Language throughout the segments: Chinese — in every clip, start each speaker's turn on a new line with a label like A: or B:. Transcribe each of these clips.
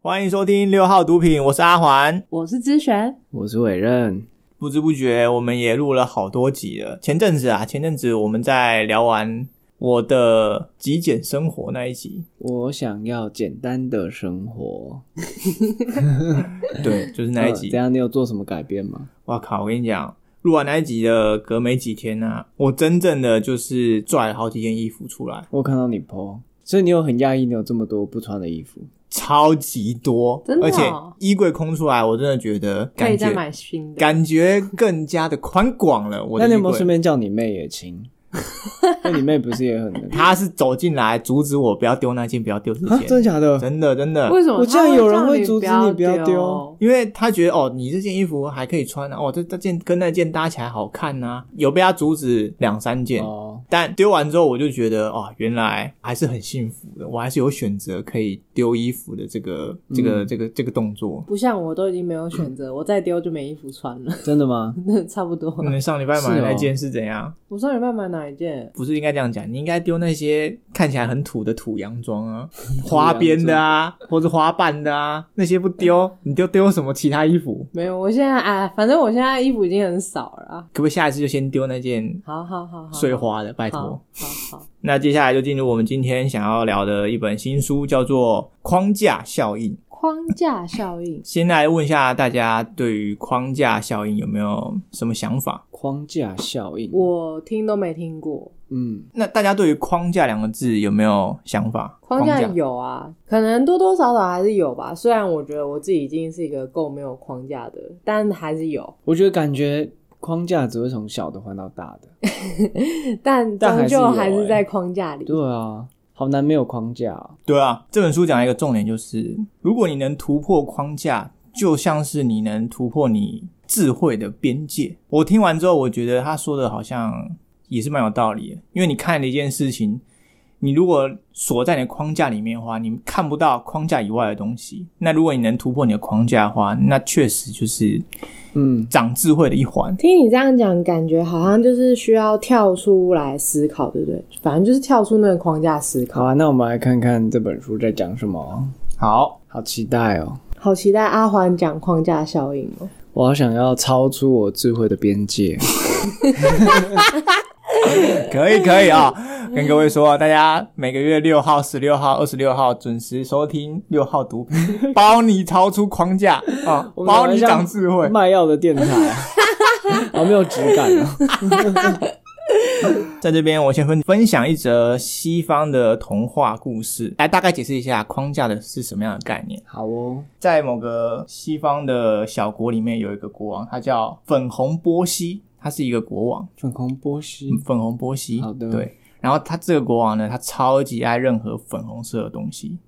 A: 欢迎收听六号毒品，我是阿环。
B: 我是知璇，
C: 我是伟任，
A: 不知不觉，我们也录了好多集了。前阵子啊，前阵子我们在聊完我的极简生活那一集，
C: 我想要简单的生活。
A: 对，就是那一集
C: 呃这。样你有做什么改变吗？
A: 哇靠！我跟你讲，录完那一集的隔没几天啊，我真正的就是拽了好几件衣服出来，
C: 我看到你 PO，所以你有很讶异，你有这么多不穿的衣服。
A: 超级多，
B: 真的
A: 而且
B: 哦
A: 衣柜空出来，我真的觉得
B: 可
A: 感
B: 以再
A: 觉
B: 买新的。
A: 感觉更加的宽广了。我
C: 那
A: 的
C: 你
A: 衣
C: 有没有顺
A: 柜，
C: 便叫你妹 也亲？那你妹不是也很能？
A: 他是走进来阻止我不要丢那件，不要丢这
C: 啊，
A: 件，
C: 真的假的？
A: 真的真的。
B: 为什么
C: 我
B: 他
C: 竟然有人
B: 叫
C: 会
B: 你
C: 阻止你不要丢？
A: 因为他觉得哦，你这件衣服还可以穿啊，哦，这这件跟那件搭起来好看呐、有被他阻止两三件，
C: 哦，
A: 但丢完之后我就觉得哦，原来还是很幸福的，我还是有选择可以丢衣服的这个这个、
C: 嗯
A: 这个这个动作。
B: 不像我都已经没有选 择，我再丢就没衣服穿了，
C: 真的吗？
B: 差不多。
A: 你们上礼拜买
C: 是
A: 的
C: 哦
A: 那件是怎样？
B: 我上礼拜买哪一件？
A: 不是应该这样讲，你应该丢那些看起来很土的土洋装 啊，花边的啊，或者花瓣的啊，那些不丢，你丢丢什么其他衣服？
B: 没有，我现在哎，反正我现在衣服已经很少了啊。
A: 可不可以下一次就先丢那件
B: 好好好好，
A: 碎花的？拜
B: 好，
A: 托。
B: 好好好，
A: 那接下来就进入我们今天想要聊的一本新书，叫做《框架效应》。
B: 框架 效应。
A: 先来问一下大家对于框架效应有没有什么想法？
C: 框架效应。
B: 我听都没听过，
C: 嗯，
A: 那大家对于“框架”两个字有没有想法？
B: 框架有啊，可能多多少少还是有吧。虽然我觉得我自己已经是一个够没有框架的，但还是有。
C: 我觉得感觉框架只会从小的换到大的。
B: 但
C: 但
B: 终
C: 还是
B: 究
C: 有
B: 还是
C: 欸
B: 在框架里。
C: 对啊，好难没有框架啊、
A: 对啊，这本书讲了一个重点就是，如果你能突破框架，就像是你能突破你智慧的边界。我听完之后，我觉得他说的好像也是蛮有道理的，因为你看了一件事情，你如果锁在你的框架里面的话，你看不到框架以外的东西。那如果你能突破你的框架的话，那确实就是
C: 嗯，
A: 长智慧的一环。
B: 听你这样讲，感觉好像就是需要跳出来思考，对不对？反正就是跳出那个框架思
C: 好
B: 考。
C: 啊，那我们来看看这本书在讲什么哦。
A: 好，
C: 好期待哦！
B: 好期待阿环讲框架效应哦。
C: 我好想要超出我智慧的边界。
A: 可以可以啊、
C: 嗯
A: 跟各位说，大家每个月六号、十六号、二十六号准时收听六号读品， 包你超出框架啊，
C: 我们
A: 包
C: 好
A: 你
C: 像
A: 长智慧。
C: 卖药的电台、啊， 好没有质感哦。
A: 在这边，我先分分享一则西方的童话故事，来大概解释一下框架的是什么样的概念。
C: 好哦，
A: 在某个西方的小国里面，有一个国王，他叫粉红波西，他是一个国王。
C: 粉红波西
A: 嗯，粉红波西。
C: 好的
A: 对。然后他这个国王呢，他超级爱任何粉红色的东西，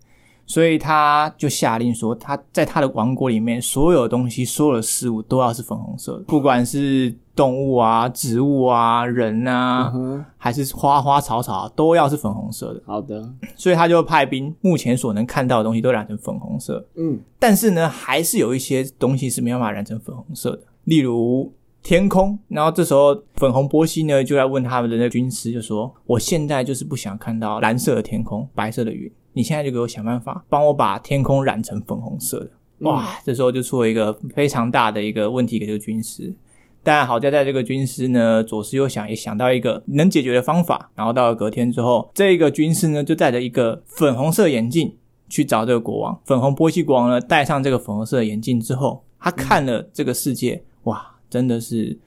A: 所以他就下令说，他在他的王国里面，所有的东西、所有的事物都要是粉红色的，不管是动物啊、植物啊、人
C: 嗯
A: 啊，
C: 哼，
A: 还是花花草草、啊，都要是粉红色的。
C: 好的，
A: 所以他就派兵，目前所能看到的东西都染成粉红色。
C: 嗯，
A: 但是呢，还是有一些东西是没办法染成粉红色的，例如天空。然后这时候粉红波西呢就在问他们的那个军师，就说：“我现在就是不想看到蓝色的天空，白色的云，你现在就给我想办法，帮我把天空染成粉红色的。”哇，这时候就出了一个非常大的一个问题给这个军师。但好在在这个军师呢，左思右想，也想到一个能解决的方法。然后到了隔天之后，这个军师呢就戴着一个粉红色眼镜去找这个国王。粉红波西国王呢戴上这个粉红色的眼镜之后，他看了这个世界，哇，真的是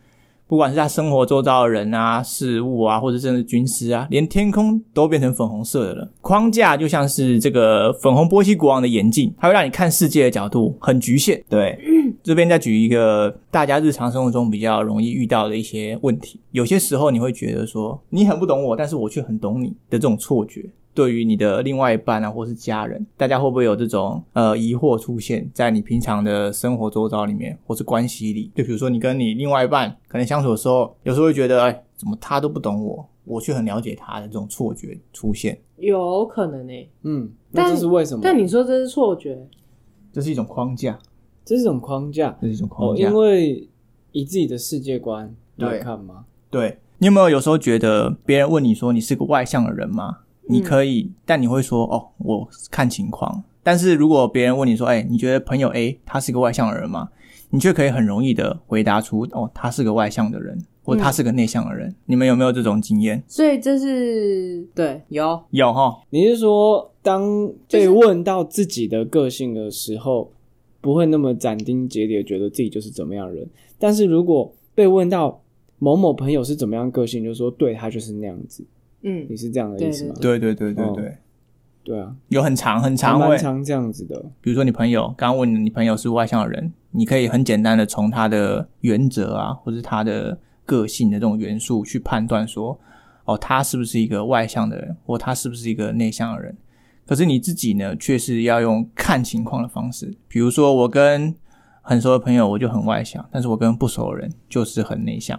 A: 不管是他生活周遭的人啊、事物啊，或者甚至军师啊，连天空都变成粉红色的了。框架就像是这个粉红波西国王的眼镜，它会让你看世界的角度很局限。对，这边再举一个大家日常生活中比较容易遇到的一些问题。有些时候你会觉得说你很不懂我，但是我却很懂你的这种错觉。对于你的另外一半啊，或是家人，大家会不会有这种呃疑惑出现在你平常的生活周遭里面，或是关系里？就比如说你跟你另外一半可能相处的时候，有时候会觉得，哎，怎么他都不懂我，我却很了解他的这种错觉出现，
B: 有可能诶、
C: 嗯，
B: 但
C: 那这是为什么？
B: 但你说这是错觉，
A: 这是一种框架，
C: 这是一种框架
A: 这是一种
C: 哦，
A: 框架。
C: 因为以自己的世界观
A: 对
C: 来看吗？
A: 对你有没有有时候觉得别人问你说你是个外向的人吗？你可以，但你会说哦，我看情况。但是如果别人问你说，哎、你觉得朋友 A 他是个外向的人吗？你却可以很容易的回答出，哦，他是个外向的人，或他是个内向的人。你们有没有这种经验？
B: 所以这是对有
A: 有哈，
C: 你是说，当被问到自己的个性的时候，不会那么斩钉截铁，觉得自己就是怎么样的人。但是如果被问到某某朋友是怎么样个性，就说对他就是那样子，
B: 嗯
C: 你是这样的意思吗？
A: 对对对对对，
C: 对啊，
A: 有很长很
C: 还
A: 长
C: 蛮
A: 会，
C: 常这样子的。
A: 比如说你朋友刚刚问你，你朋友是外向的人，你可以很简单的从他的原则啊，或是他的个性的这种元素去判断说，哦，他是不是一个外向的人，或他是不是一个内向的人。可是你自己呢，却是要用看情况的方式，比如说我跟很熟的朋友我就很外向，但是我跟不熟的人就是很内向。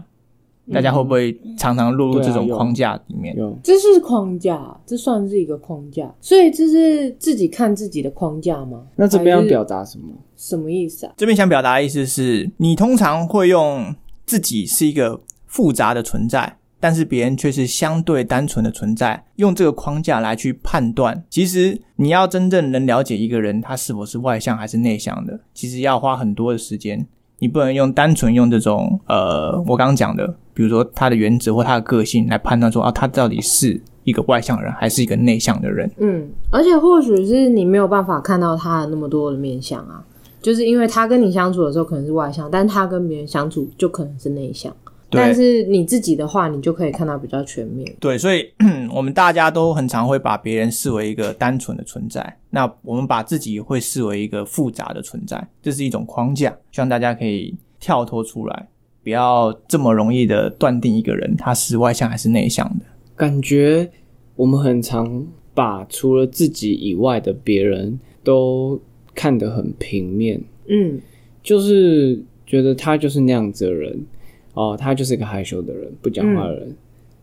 A: 大家会不会常常落入这
C: 对啊
A: 种
C: 有
A: 框架里面？
C: 有
B: 这是框架，这算是一个框架，所以这是自己看自己的框架吗？
C: 那这边要
B: 还是
C: 表达什么？
B: 什么意思啊？
A: 这边想表达的意思是你通常会用自己是一个复杂的存在，但是别人却是相对单纯的存在，用这个框架来去判断。其实你要真正能了解一个人他是否是外向还是内向的，其实要花很多的时间。你不能用单纯用这种呃，我刚刚讲的，比如说他的原则或他的个性来判断说啊，他到底是一个外向人还是一个内向的人。
B: 嗯，而且或许是你没有办法看到他的那么多的面相啊，就是因为他跟你相处的时候可能是外向，但他跟别人相处就可能是内向。
A: 对
B: 但是你自己的话，你就可以看到比较全面。
A: 对，所以 我们大家都很常会把别人视为一个单纯的存在，那我们把自己会视为一个复杂的存在，这是一种框架，希望大家可以跳脱出来，不要这么容易的断定一个人他是外向还是内向的。
C: 感觉我们很常把除了自己以外的别人都看得很平面，
B: 嗯，
C: 就是觉得他就是那样子的人，哦，他就是个害羞的人，不讲话的人，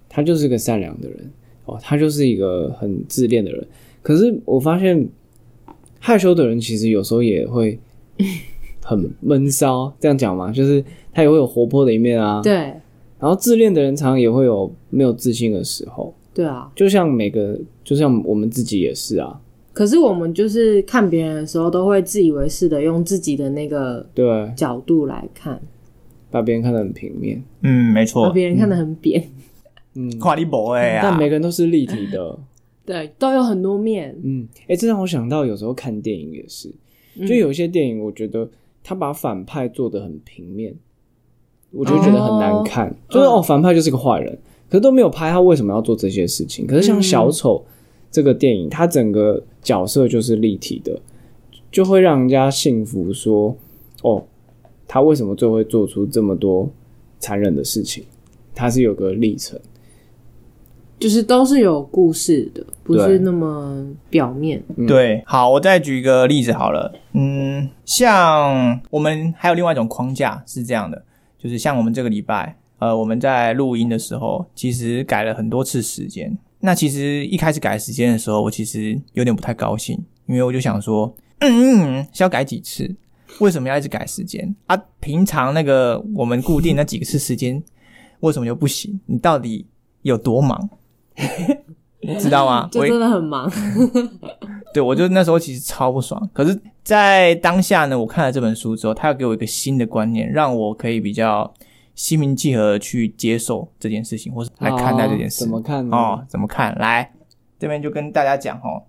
C: 他就是个善良的人，哦，他就是一个很自恋的人。可是我发现，害羞的人其实有时候也会很闷骚，这样讲嘛，就是他也会有活泼的一面啊。。
B: 对，
C: 然后自恋的人常常也会有没有自信的时候，
B: 对啊。
C: 就像每个，就像我们自己也是啊，
B: 可是我们就是看别人的时候，都会自以为是的用自己的那个
C: 对，
B: 角度来看，
C: 把别人看得很平面，
A: 嗯，没
B: 把
A: 错，
B: 别人看得很扁。
C: 嗯，
A: 跨立博哎
C: 但
A: 呀
C: 每，个人都是立体的。
B: 对，都有很多面。
C: 嗯，哎、这让我想到，有时候看电影也是，
B: 嗯
C: 就有一些电影，我觉得他把反派做的很平面，我就觉得很难看，就是
B: 嗯
C: 哦，反派就是个坏人，可是都没有拍他为什么要做这些事情。可是像
B: 嗯
C: 小丑这个电影，它整个角色就是立体的，就会让人家信服说，哦，他为什么最后会做出这么多残忍的事情？他是有个历程，
B: 就是都是有故事的，不
C: 对
B: 是那么表面。
A: 对，好，我再举一个例子好了，嗯，像我们还有另外一种框架是这样的，就是像我们这个礼拜，呃，我们在录音的时候，其实改了很多次时间。那其实一开始改时间的时候，我其实有点不太高兴，因为我就想说，嗯，嗯是要改几次？为什么要一直改时间啊？平常那个我们固定那几次时间，为什么就不行？你到底有多忙？ 知道吗？
B: 就
A: 我
B: 真的很忙，
A: 对，我就那时候其实超不爽。可是，在当下呢，我看了这本书之后，它要给我一个新的观念，让我可以比较心平气和地去接受这件事情，或是来看待这件事。
C: 哦怎么看呢？
A: 哦，怎么看？来，这边就跟大家讲哦，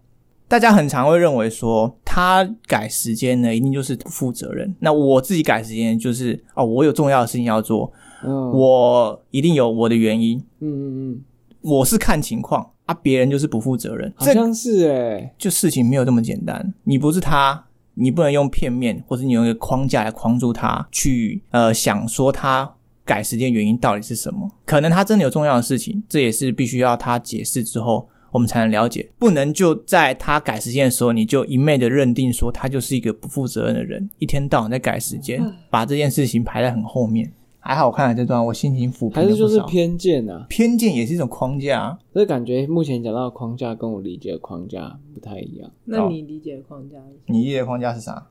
A: 大家很常会认为说他改时间呢，一定就是不负责任。那我自己改时间就是哦，我有重要的事情要做，
C: 嗯，
A: 我一定有我的原因。
C: 嗯嗯嗯，
A: 我是看情况啊，别人就是不负责任。
C: 好
A: 这
C: 像是哎、
A: 就事情没有这么简单，你不是他，你不能用片面或者你用一个框架来框住他，去呃想说他改时间原因到底是什么？可能他真的有重要的事情，这也是必须要他解释之后。我们才能了解，不能就在他改时间的时候，你就一昧的认定说他就是一个不负责任的人，一天到晚在改时间，把这件事情排在很后面。还好我看了这段，我心情抚平
C: 还
A: 了
C: 是
A: 不
C: 就是
A: 少。
C: 偏见啊？
A: 偏见也是一种框架啊，
C: 所以感觉目前讲到的框架跟我理解的框架不太一样。
B: 那你理解框架是什么
A: 你理解的框架是啥？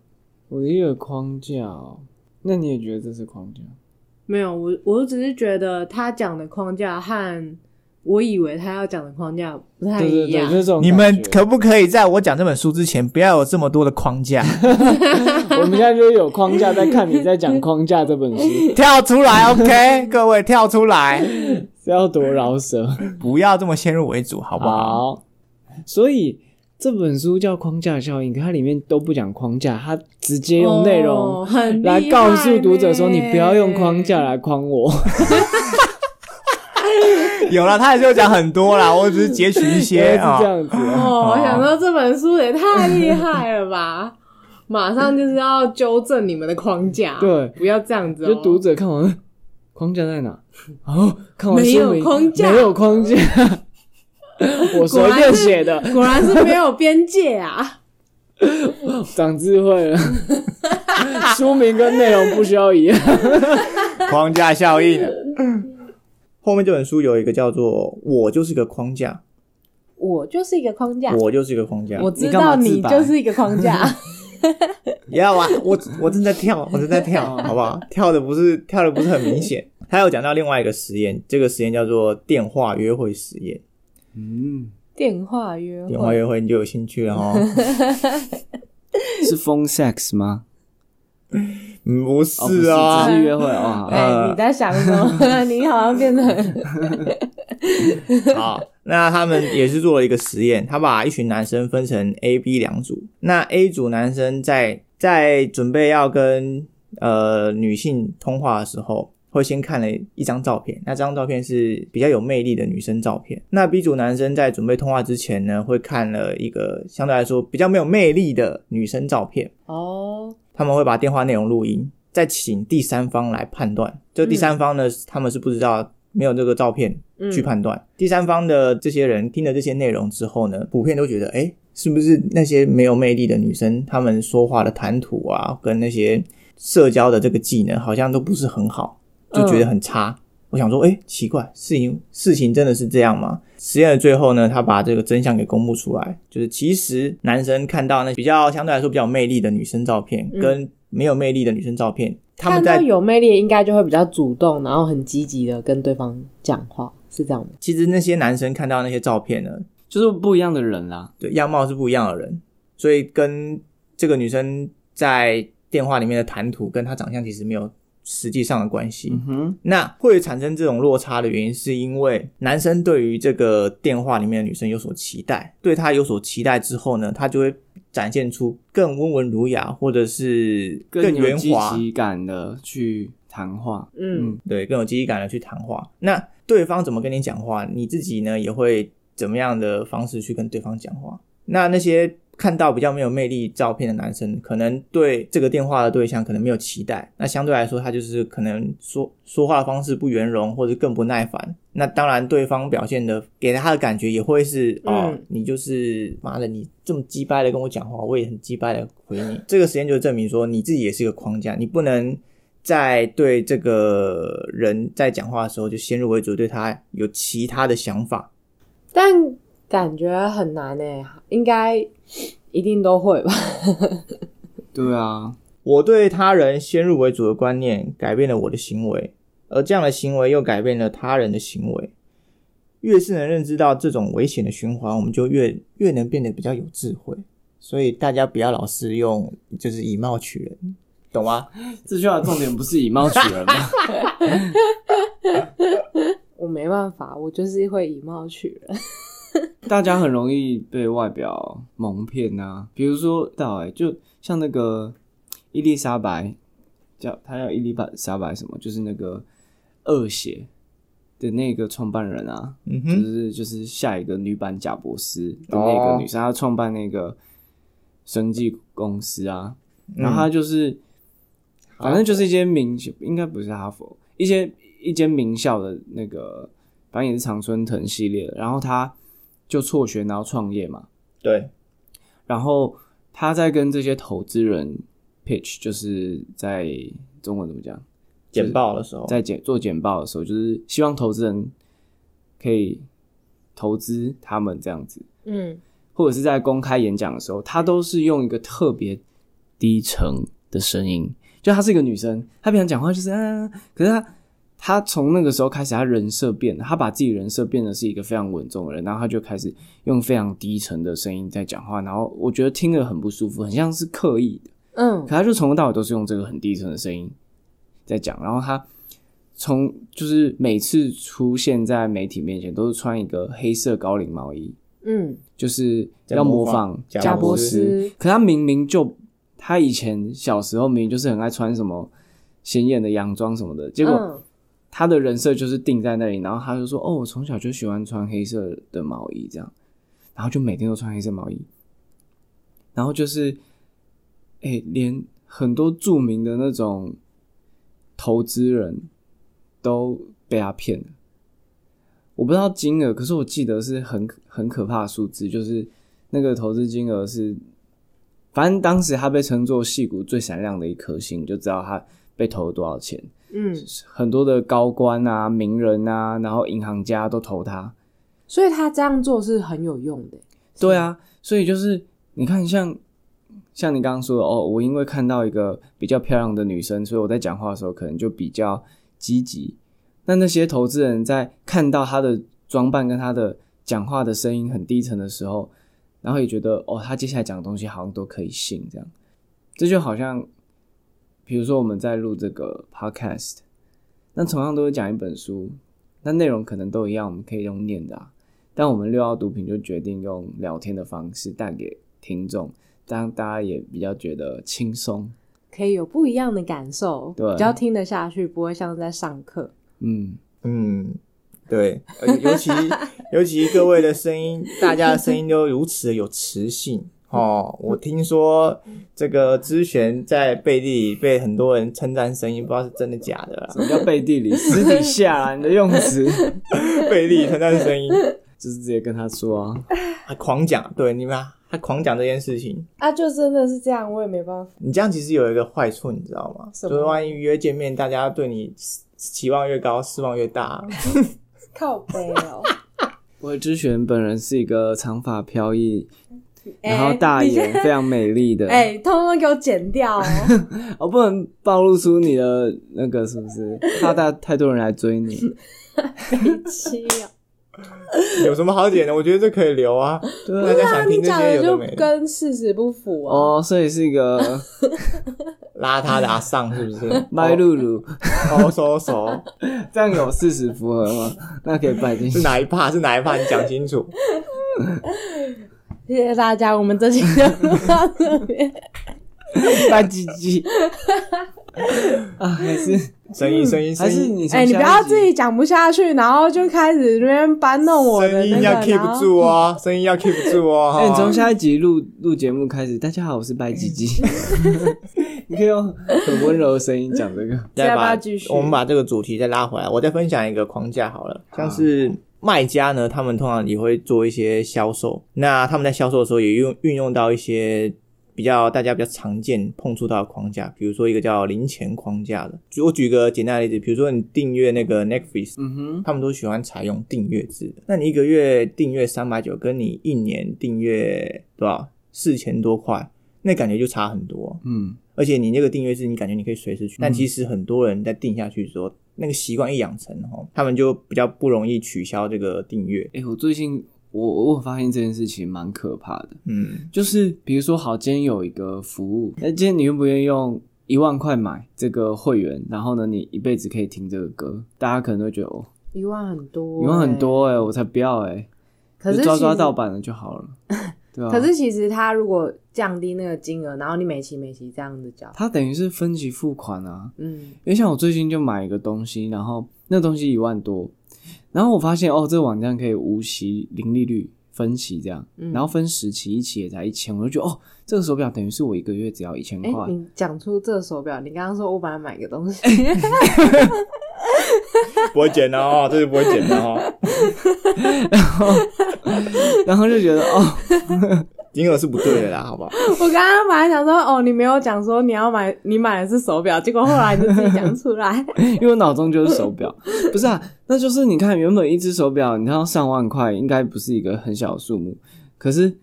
C: 我理解的框架、哦，那你也觉得这是框架？
B: 没有？我我只是觉得他讲的框架和我以为他要讲的框架不太
C: 对对
B: 一
C: 对，
B: 样。
C: 就是这种
A: 你
C: 感
A: 们
C: 觉
A: 可不可以在我讲这本书之前，不要有这么多的框 架，
C: 我们现在就是有框架在看你在讲框架 这本书，
A: 跳出来，OK？各位跳出来，
C: 是要多饶舌。
A: 不要这么先入为主，好不好？
C: 好，所以这本书叫《框架效应》，可它里面都不讲框架，它直接用内容
B: 哦很厉害
C: 来告诉读者说：“
B: 呢
C: 你不要用框架来框我。
A: 有了，他还是有讲很多啦，我只是截取一”
C: 原来
A: 些
C: 是
A: 啊
C: 这。样子啊。
B: 哦，我想到这本书也太厉害了吧！马上就是要纠正你们的框架，
C: 对
B: 不要这样子、哦。
C: 就读者看完嗯框架在哪？哦，看完
B: 没有
C: 说明
B: 框架
C: 没有框架，我随便写的，
B: 果然是没有边界啊！
C: 长智慧了。书名跟内容不需要一样。
A: 框架效应。后面这本书有一个叫做“我就是个框架
B: 我就是一个框”，架，
A: 我就是一个框架。
B: 我
C: 你
B: 知
C: 干嘛
B: 道
C: 自
B: 你
C: 白
B: 就是一个框架。
A: 要啊，我我正在 跳，我正在跳，好不好？跳的不是跳的不是很明显。他有讲到另外一个实验，这个实验叫做电话约会实验。
C: 嗯，
B: 电话约
A: 电话
B: 会，
A: 约会你就有兴趣了哦？
C: 是 phone sex 吗？
A: 嗯不
C: 哦不
A: 是啊，
C: 只是约会哦。好
B: 哎、你在想什么？你好像变成
A: 好，那他们也是做了一个实验，他把一群男生分成 A、B 两组。那 A 组男生在在准备要跟呃女性通话的时候，会先看了一张照片，那张照片是比较有魅力的女生照片。那 B 组男生在准备通话之前呢，会看了一个相对来说比较没有魅力的女生照片。
B: 哦，
A: 他们会把电话内容录音，再请第三方来判断。这第三方呢，他们是不知道没有这个照片
B: 嗯
A: 去判断。第三方的这些人听了这些内容之后呢，普遍都觉得，哎，是不是那些没有魅力的女生，她们说话的谈吐啊，跟那些社交的这个技能，好像都不是很好，
B: 嗯
A: 就觉得很差。我想说，哎，奇怪，事情事情真的是这样吗？实验的最后呢，他把这个真相给公布出来，就是其实男生看到那比较相对来说比较有魅力的女生照片，
B: 嗯
A: 跟没有魅力的女生照片，他们
B: 看
A: 在
B: 到有魅力应该就会比较主动，然后很积极的跟对方讲话，是这样吗？
A: 其实那些男生看到那些照片呢，
C: 就是不一样的人啦。
A: 对，样貌是不一样的人，所以跟这个女生在电话里面的谈吐跟她长相其实没有实际上的关系。
C: 哼，
A: 那会产生这种落差的原因，是因为男生对于这个电话里面的女生有所期待，对她有所期待之后呢，他就会展现出更温文儒雅，或者是更
C: 有
A: 圆
C: 积
A: 滑，
C: 极感的去谈话。
B: 嗯，
A: 对，更有积极感的去谈话。那对方怎么跟你讲话，你自己呢也会怎么样的方式去跟对方讲话？那那些看到比较没有魅力照片的男生，可能对这个电话的对象可能没有期待，那相对来说他就是可能说说话的方式不圆融，或者更不耐烦。那当然，对方表现的给他的感觉也会是哦
B: 嗯，
A: 你就是妈的，你这么鸡掰的跟我讲话，我也很鸡掰的回你。这个实验就证明说，你自己也是一个框架，你不能在对这个人在讲话的时候就先入为主，对他有其他的想法。
B: 但感觉很难诶、应该一定都会吧？
C: 对啊，
A: 我对他人先入为主的观念改变了我的行为，而这样的行为又改变了他人的行为。越是能认知到这种危险的循环，我们就越越能变得比较有智慧。所以大家不要老是用就是以貌取人，懂吗？
C: 这句话的重点不是以貌取人吗？
B: 我没办法，我就是会以貌取人。
C: 大家很容易被外表蒙骗啊。比如说到哎、就像那个伊丽莎白，叫她叫伊丽莎白什么？就是那个恶血的那个创办人啊，
A: 嗯
C: 就
A: 哼，
C: 是就是下一个女版贾博士的那
A: 哦
C: 个女生，她创办那个生技公司啊，然后
A: 嗯
C: 他就是，反正就是一间名，应该不是哈佛，一些一间名校的那个，反正也是常春藤系列的。然后他就辍学，然后创业嘛。
A: 对，
C: 然后他在跟这些投资人 pitch，就是在中文怎么讲，
A: 简报的时候，
C: 在简做简报的时候，就是希望投资人可以投资他们这样子，
B: 嗯，
C: 或者是在公开演讲的时候，她都是用一个特别低沉的声音，就她是一个女生，她平常讲话就是啊，可是她他从那个时候开始，他人设变了，他把自己人设变得是一个非常稳重的人，然后他就开始用非常低沉的声音在讲话，然后我觉得听了很不舒服，很像是刻意的。
B: 嗯
C: 可他就从头到尾都是用这个很低沉的声音在讲，然后他从就是每次出现在媒体面前都是穿一个黑色高领毛衣，
B: 嗯，
C: 就是要模仿
A: 贾
C: 贾
A: 伯
C: 伯
A: 斯
C: 斯，可他明明就他以前小时候明明就是很爱穿什么鲜艳的洋装什么的，结果
B: 嗯
C: 他的人设就是定在那里，然后他就说：“哦，我从小就喜欢穿黑色的毛衣，这样，然后就每天都穿黑色毛衣，然后就是，哎、连很多著名的那种投资人都被他骗了。我不知道金额，可是我记得是很很可怕的数字，就是那个投资金额是，反正当时他被称作戏骨最闪亮的一颗星，你就知道他被投了多少钱。”
B: 嗯，
C: 很多的高官啊、名人啊，然后银行家都投他。
B: 所以他这样做是很有用的。欸
C: 对啊，所以就是你看像，像你刚刚说的哦，我因为看到一个比较漂亮的女生，所以我在讲话的时候可能就比较积极。那那些投资人在看到她的装扮跟她的讲话的声音很低沉的时候，然后也觉得哦，她接下来讲的东西好像都可以信这样。这就好像，比如说我们在录这个 podcast，那同样都会讲一本书，那内容可能都一样，我们可以用念的啊。但我们六号毒品就决定用聊天的方式带给听众，让大家也比较觉得轻松。
B: 可以有不一样的感受，
C: 对
B: 比较听得下去，不会像在上课。
C: 嗯，
A: 嗯，对，呃尤 其尤其各位的声音，大家的声音都如此的有磁性哦。我听说这个之璇在背地里被很多人称赞声音，不知道是真的假的啦
C: 什。么叫背地里？私底下啊，你的用 词
A: 背地里称赞声音，
C: 就是直接跟他说啊。
A: 还狂讲，对你们啊，他狂讲这件事情。
B: 啊，就真的是这样，我也没办法。
A: 你这样其实有一个坏处，你知道吗？
B: 什
A: 就
B: 么
A: 是万一约见面，大家对你期望越高，失望越大。
B: 靠背哦，
C: 我之璇本人是一个长发飘逸，
B: 哎
C: 然后大
B: 欸你
C: 眼，非常美丽 的。
B: 哎、通通给我剪掉哦！
C: 我不能暴露出你的那个是不是？怕大太多人来追你。
B: 北七哦，
A: 有什么好剪的？我觉得这可以留 啊。
C: 对
A: 大
C: 啊
A: 家想
B: 你
A: 听这
B: 讲
A: 些
B: 的
A: 有
B: 就
A: 的没的，
B: 跟事实不符啊。
C: 哦，所以是一个
A: 邋遢的阿上是不是？
C: 麦露露，
A: 哦，手手
C: 这样有事实符合吗？那可以摆 进去
A: 是。哪一趴？是哪一趴？你讲清楚。
B: 谢谢大家，我们这期就到这 边。
C: 大鸡鸡啊，还 是
A: 声音，声音，
C: 还
A: 声
C: 是
A: 音，
C: 你从
B: 哎、你
C: 下
B: 不
C: 一
B: 要
C: 集
B: 自己讲不下去，然后就开始那边搬弄我的
A: 声
B: 那
A: 音
B: 个，
A: 要 keep
B: 然后
A: 住哦，声音要 keep 住哦。
C: 哎、你从
A: 哈
C: 下一集录录节目开始，大家好，我是白吉 吉。你可以用很温柔的声音讲这个。
A: 再
B: 要不
A: 把
B: 要继续
A: 我们把这个主题再拉回来，我再分享一个框架好了，像是。卖家呢，他们通常也会做一些销售。那他们在销售的时候，也用运用到一些比较大家比较常见碰触到的框架，比如说一个叫零钱框架的。举我举个简单的例子，比如说你订阅那个 Netflix，
C: 嗯哼，
A: 他们都喜欢采用订阅制的。那你一个月订阅三百九，跟你一年订阅多少四千多块，那感觉就差很多。
C: 嗯，
A: 而且你那个订阅制，你感觉你可以随时去，但其实很多人在定下去之后，那个习惯一养成哦，他们就比较不容易取消这个订阅。
C: 哎、我最近我我有发现这件事情蛮可怕的，
A: 嗯，
C: 就是比如说，好，今天有一个服务，那今天你愿不愿意用一万块买这个会员？然后呢，你一辈子可以听这个歌，大家可能会觉得哦，
B: 一万很多、
C: 一万很，多哎、我才不要哎、
B: 可是
C: 就抓
B: 其实
C: 抓盗版的就好 了。对啊，
B: 可是其实他如果降低那个金额，然后你每期每期这样子交，
C: 它等于是分期付款啊。
B: 嗯
C: 因为像我最近就买一个东西，然后那东西一万多，然后我发现哦，这个网站可以无息零利率分期这样，
B: 嗯，
C: 然后分十期，一期也才一千，我就觉得哦，这个手表等于是我一个月只要一千
B: 哎、
C: 块。
B: 你讲出这个手表，你刚刚说我本来买个东西，
A: 不会剪的哦， 这是不会剪的哦，
C: 然后就觉得哦，
A: 金额是不对的啦，好不好？
B: 我刚刚本来想说哦，你没有讲说你要买，你买的是手表，结果后来你就自己讲出 来，
C: 因为我脑中就是手表，不是啊，那就是你看原本一只手表，你看到上万块，应该不是一个很小的数目，可是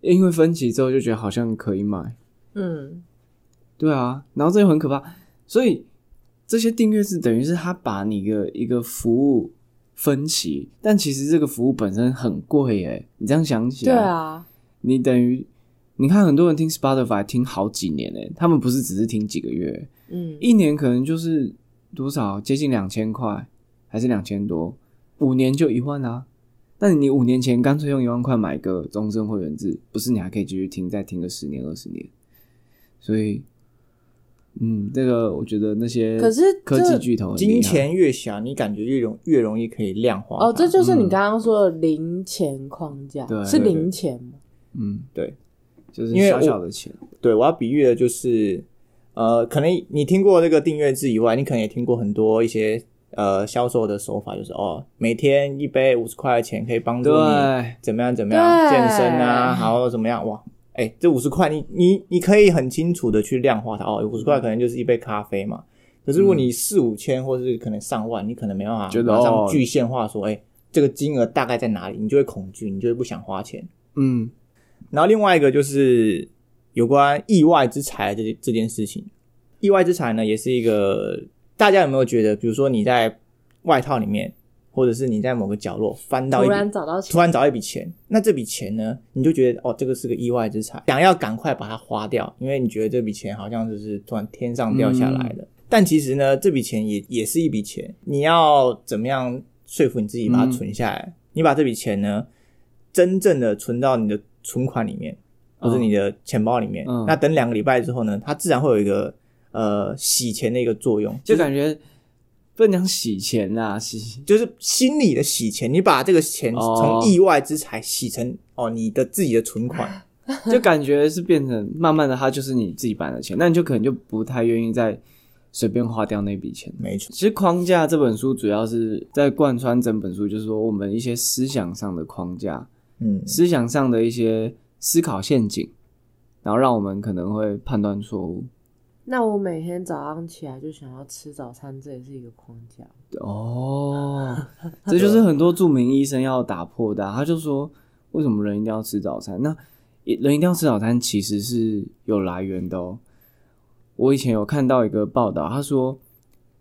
C: 因为分期之后就觉得好像可以买，
B: 嗯，
C: 啊对啊，然后这就很可怕，所以这些订阅制等于是他把你的一个服务分期，但其实这个服务本身很贵耶。你这样想起来，
B: 对啊，
C: 你等于你看很多人听 Spotify 听好几年诶，他们不是只是听几个月，
B: 嗯，
C: 一年可能就是多少接近两千块，还是两千多，五年就一万啦、啊那你五年前干脆用一万块买个终身会员制，不是你还可以继续听，再听个十年二十年。所以，嗯，这个我觉得那些
B: 可是
C: 科
B: 这
C: 技巨头很厉害
A: 金钱越小，你感觉越容越容易可以量化它。
B: 哦，这就是你刚刚说的零钱框架，
C: 嗯对
B: 是
C: 对
B: 零钱吗？
C: 嗯，
A: 对
C: 就是
A: 因为
C: 小小
A: 我
C: 的钱，
A: 对，我要比喻的就是，呃，可能你听过这个订阅制以外，你可能也听过很多一些呃销售的手法，就是哦，每天一杯五十块的钱可以帮助你
C: 对，
A: 怎么样怎么样
B: 对
A: 健身啊，然后怎么样哇。哎，这五十块你你你可以很清楚的去量化它哦，五十块可能就是一杯咖啡嘛。可是如果你四五千或是可能上万，你可能没办法
C: 嗯觉得
A: 马上
C: 哦
A: 具现化说，哎，这个金额大概在哪里，你就会恐惧，你就会不想花钱。
C: 嗯，
A: 然后另外一个就是有关意外之财这这件事情。意外之财呢，也是一个大家有没有觉得，比如说你在外套里面，或者是你在某个角落翻到一
B: 突
A: 笔，
B: 然找到
A: 突
B: 钱，
A: 然找到一笔钱，那这笔钱呢，你就觉得哦，这个是个意外之财，想要赶快把它花掉，因为你觉得这笔钱好像就是突然天上掉下来的。
C: 嗯
A: 但其实呢，这笔钱也也是一笔钱，你要怎么样说服你自己
C: 嗯
A: 把它存下来？你把这笔钱呢，真正的存到你的存款里面，或者
C: 嗯
A: 你的钱包里面。
C: 嗯
A: 那等两个礼拜之后呢，它自然会有一个呃洗钱的一个作用，
C: 就感觉不能讲洗钱啊，洗
A: 就是心理的洗钱，你把这个钱
C: 哦
A: 从意外之财洗成哦你的自己的存款，
C: 就感觉是变成慢慢的，它就是你自己版的钱，那你就可能就不太愿意再随便花掉那笔钱。
A: 没错，
C: 其实《框架》这本书主要是在贯穿整本书，就是说我们一些思想上的框架，
A: 嗯，
C: 思想上的一些思考陷阱，然后让我们可能会判断错误。
B: 那我每天早上起来就想要吃早餐，这也是一个框架。
C: 哦， 这就是很多著名医生要打破的啊、他就说，为什么人一定要吃早餐？那呃人一定要吃早餐，其实是有来源的哦。我以前有看到一个报道，他说，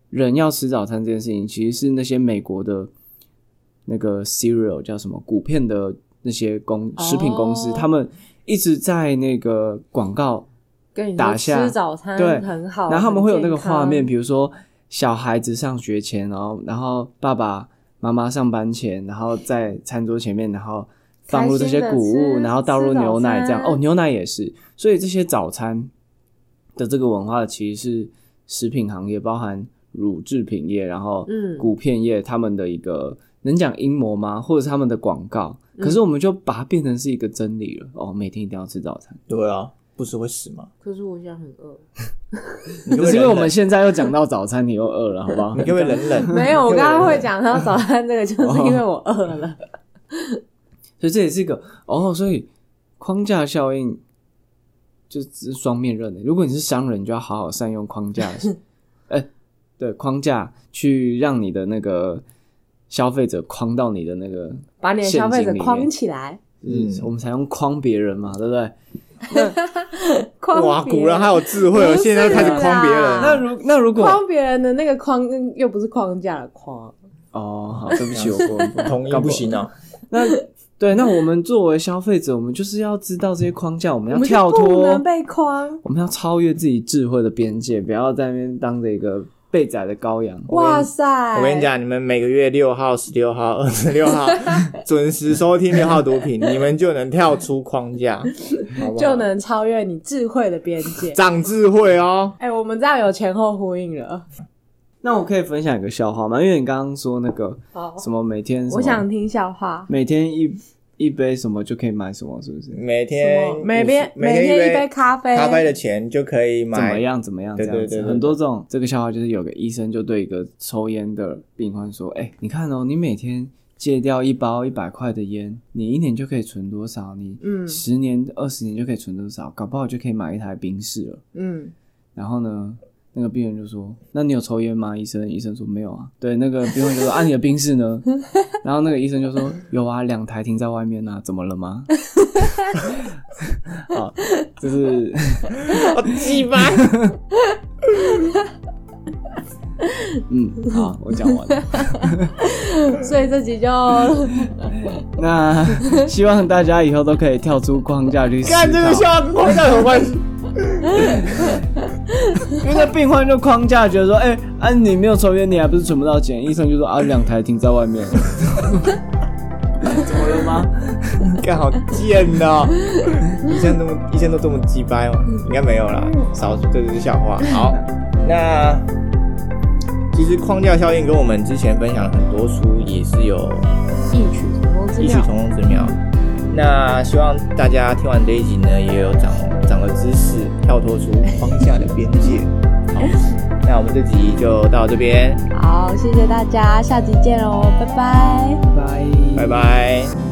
C: 人要吃早餐这件事情，其实是那些美国的那个 cereal 叫什么谷片的那些公食品公司，
B: 哦
C: 他们一直在那个广告
B: 跟你
C: 打
B: 说
C: 下
B: 吃早餐
C: 对
B: 很好，
C: 然后他们
B: 很
C: 会有那个
B: 健康
C: 画面，比如说小孩子上学前，然后然后爸爸妈妈上班前，然后在餐桌前面，然后放入这些谷
B: 开心地
C: 物，
B: 吃
C: 然后倒入牛奶，
B: 吃早
C: 这样
B: 餐
C: 哦，牛奶也是。所以这些早餐的这个文化其实是食品行业，包含乳制品业，然后
B: 嗯
C: 谷片业他们的一个。能讲阴谋吗？或者是他们的广告？
B: 嗯
C: 可是我们就把它变成是一个真理了。哦，每天一定要吃早餐。
A: 对啊，不是会死吗？
B: 可是我现在很饿，
A: 你
C: 可是因为
A: 忍
C: 我
A: 忍
C: 们现在又讲到早餐，你又饿了，好不好？
A: 你可不可以忍忍？
B: 没有，我
A: 你可不可以忍忍
B: 刚刚会，讲到早餐这个，就是
C: 哦
B: 因为我饿了。
C: 所以这也是一个哦，所以框架效应就是双面刃的。欸如果你是商人，你就要好好善用框架， 呃，对框架去让你的那个消费者框到你的那个，
B: 把你的消费
C: 陷阱
B: 者
C: 里面
B: 框起来，
C: 嗯
A: 嗯，
C: 我们才用框别人嘛，对不对？
B: 框
A: 哇，
B: 别人
A: 古人还有智慧哦，
B: 不是
A: 现在开始框别
B: 啦
A: 人，
C: 那如那如果
B: 框别人的那个框，又不是框架的框，
C: 哦，好，对不起，我国文不好
A: 同意
C: 搞
A: 不
C: 好
A: 行啊，
C: 那对，那我们作为消费者，我们就是要知道这些框架，我们
B: 我
C: 要
B: 们
C: 跳
B: 就不
C: 脱
B: 能，被框。
C: 我们要超越自己智慧的边界，不要在那边当着一个被宰的羔羊。
B: 哇塞！
A: 哎我跟你，讲，你们每个月六号、十六号、二十六 号准时收听六号毒品，你们就能跳出框架，好不好
B: 就能超越你智慧的边界。
A: 长智慧哦。
B: 哎、我们这样有前后呼应了。
C: 那我可以分享一个笑话吗？因为你刚刚说那个
B: 好，
C: 什么每天什么
B: 哦我想听笑话。
C: 每天一一杯什么就可以买什么，是不是？
A: 每
B: 什
A: 天
B: 么每边
A: 每
B: 每天
A: 一
B: 一杯咖啡，
A: 咖啡的钱就可以
C: 怎么
A: 买，
C: 样怎么样这
A: 对
C: 样子，
A: 对对对
C: 很多这种这个笑话就是有个医生就对一个抽烟的病患说：“哎、你看哦，你每天戒掉一包一百块的烟，你一年就可以存多少？你
B: 嗯
C: 十年二十年就可以存多少？搞不好就可以买一台宾士了。”
B: 嗯，
C: 然后呢，那个病人就说：“那你有抽烟吗？”医生，医生说没有啊。对，那个病患就说：“啊，你的冰室呢？” 然后那个医生就说：“有啊，两台停在外面啊，怎么了吗？” 啊，就是
A: 哦好鸡巴。
C: 嗯，好，我讲完了。
B: 所以这集就
C: 那希望大家以后都可以跳出框架去思考。
A: 看这个笑话跟框架有关系，
C: 因为那病患就框架觉得说，哎、啊你没有抽烟，你还不是存不到钱？医生就说啊，两台停在外面。 怎么了吗？
A: 干好贱哦！医生都医生都这么鸡掰哦，应该没有啦，少数这只是笑话。好，那其实框架效应跟我们之前分享的很多书也是有
B: 异曲同工之
A: 异曲
B: 妙。
A: 同工之妙。那希望大家听完这一集呢，也有长长了知识，跳脱出框架的边界。 好，那我们这集就到这边，
B: 哦
D: 好，谢谢大家，下集见喽，拜拜。
C: 拜
A: 拜拜。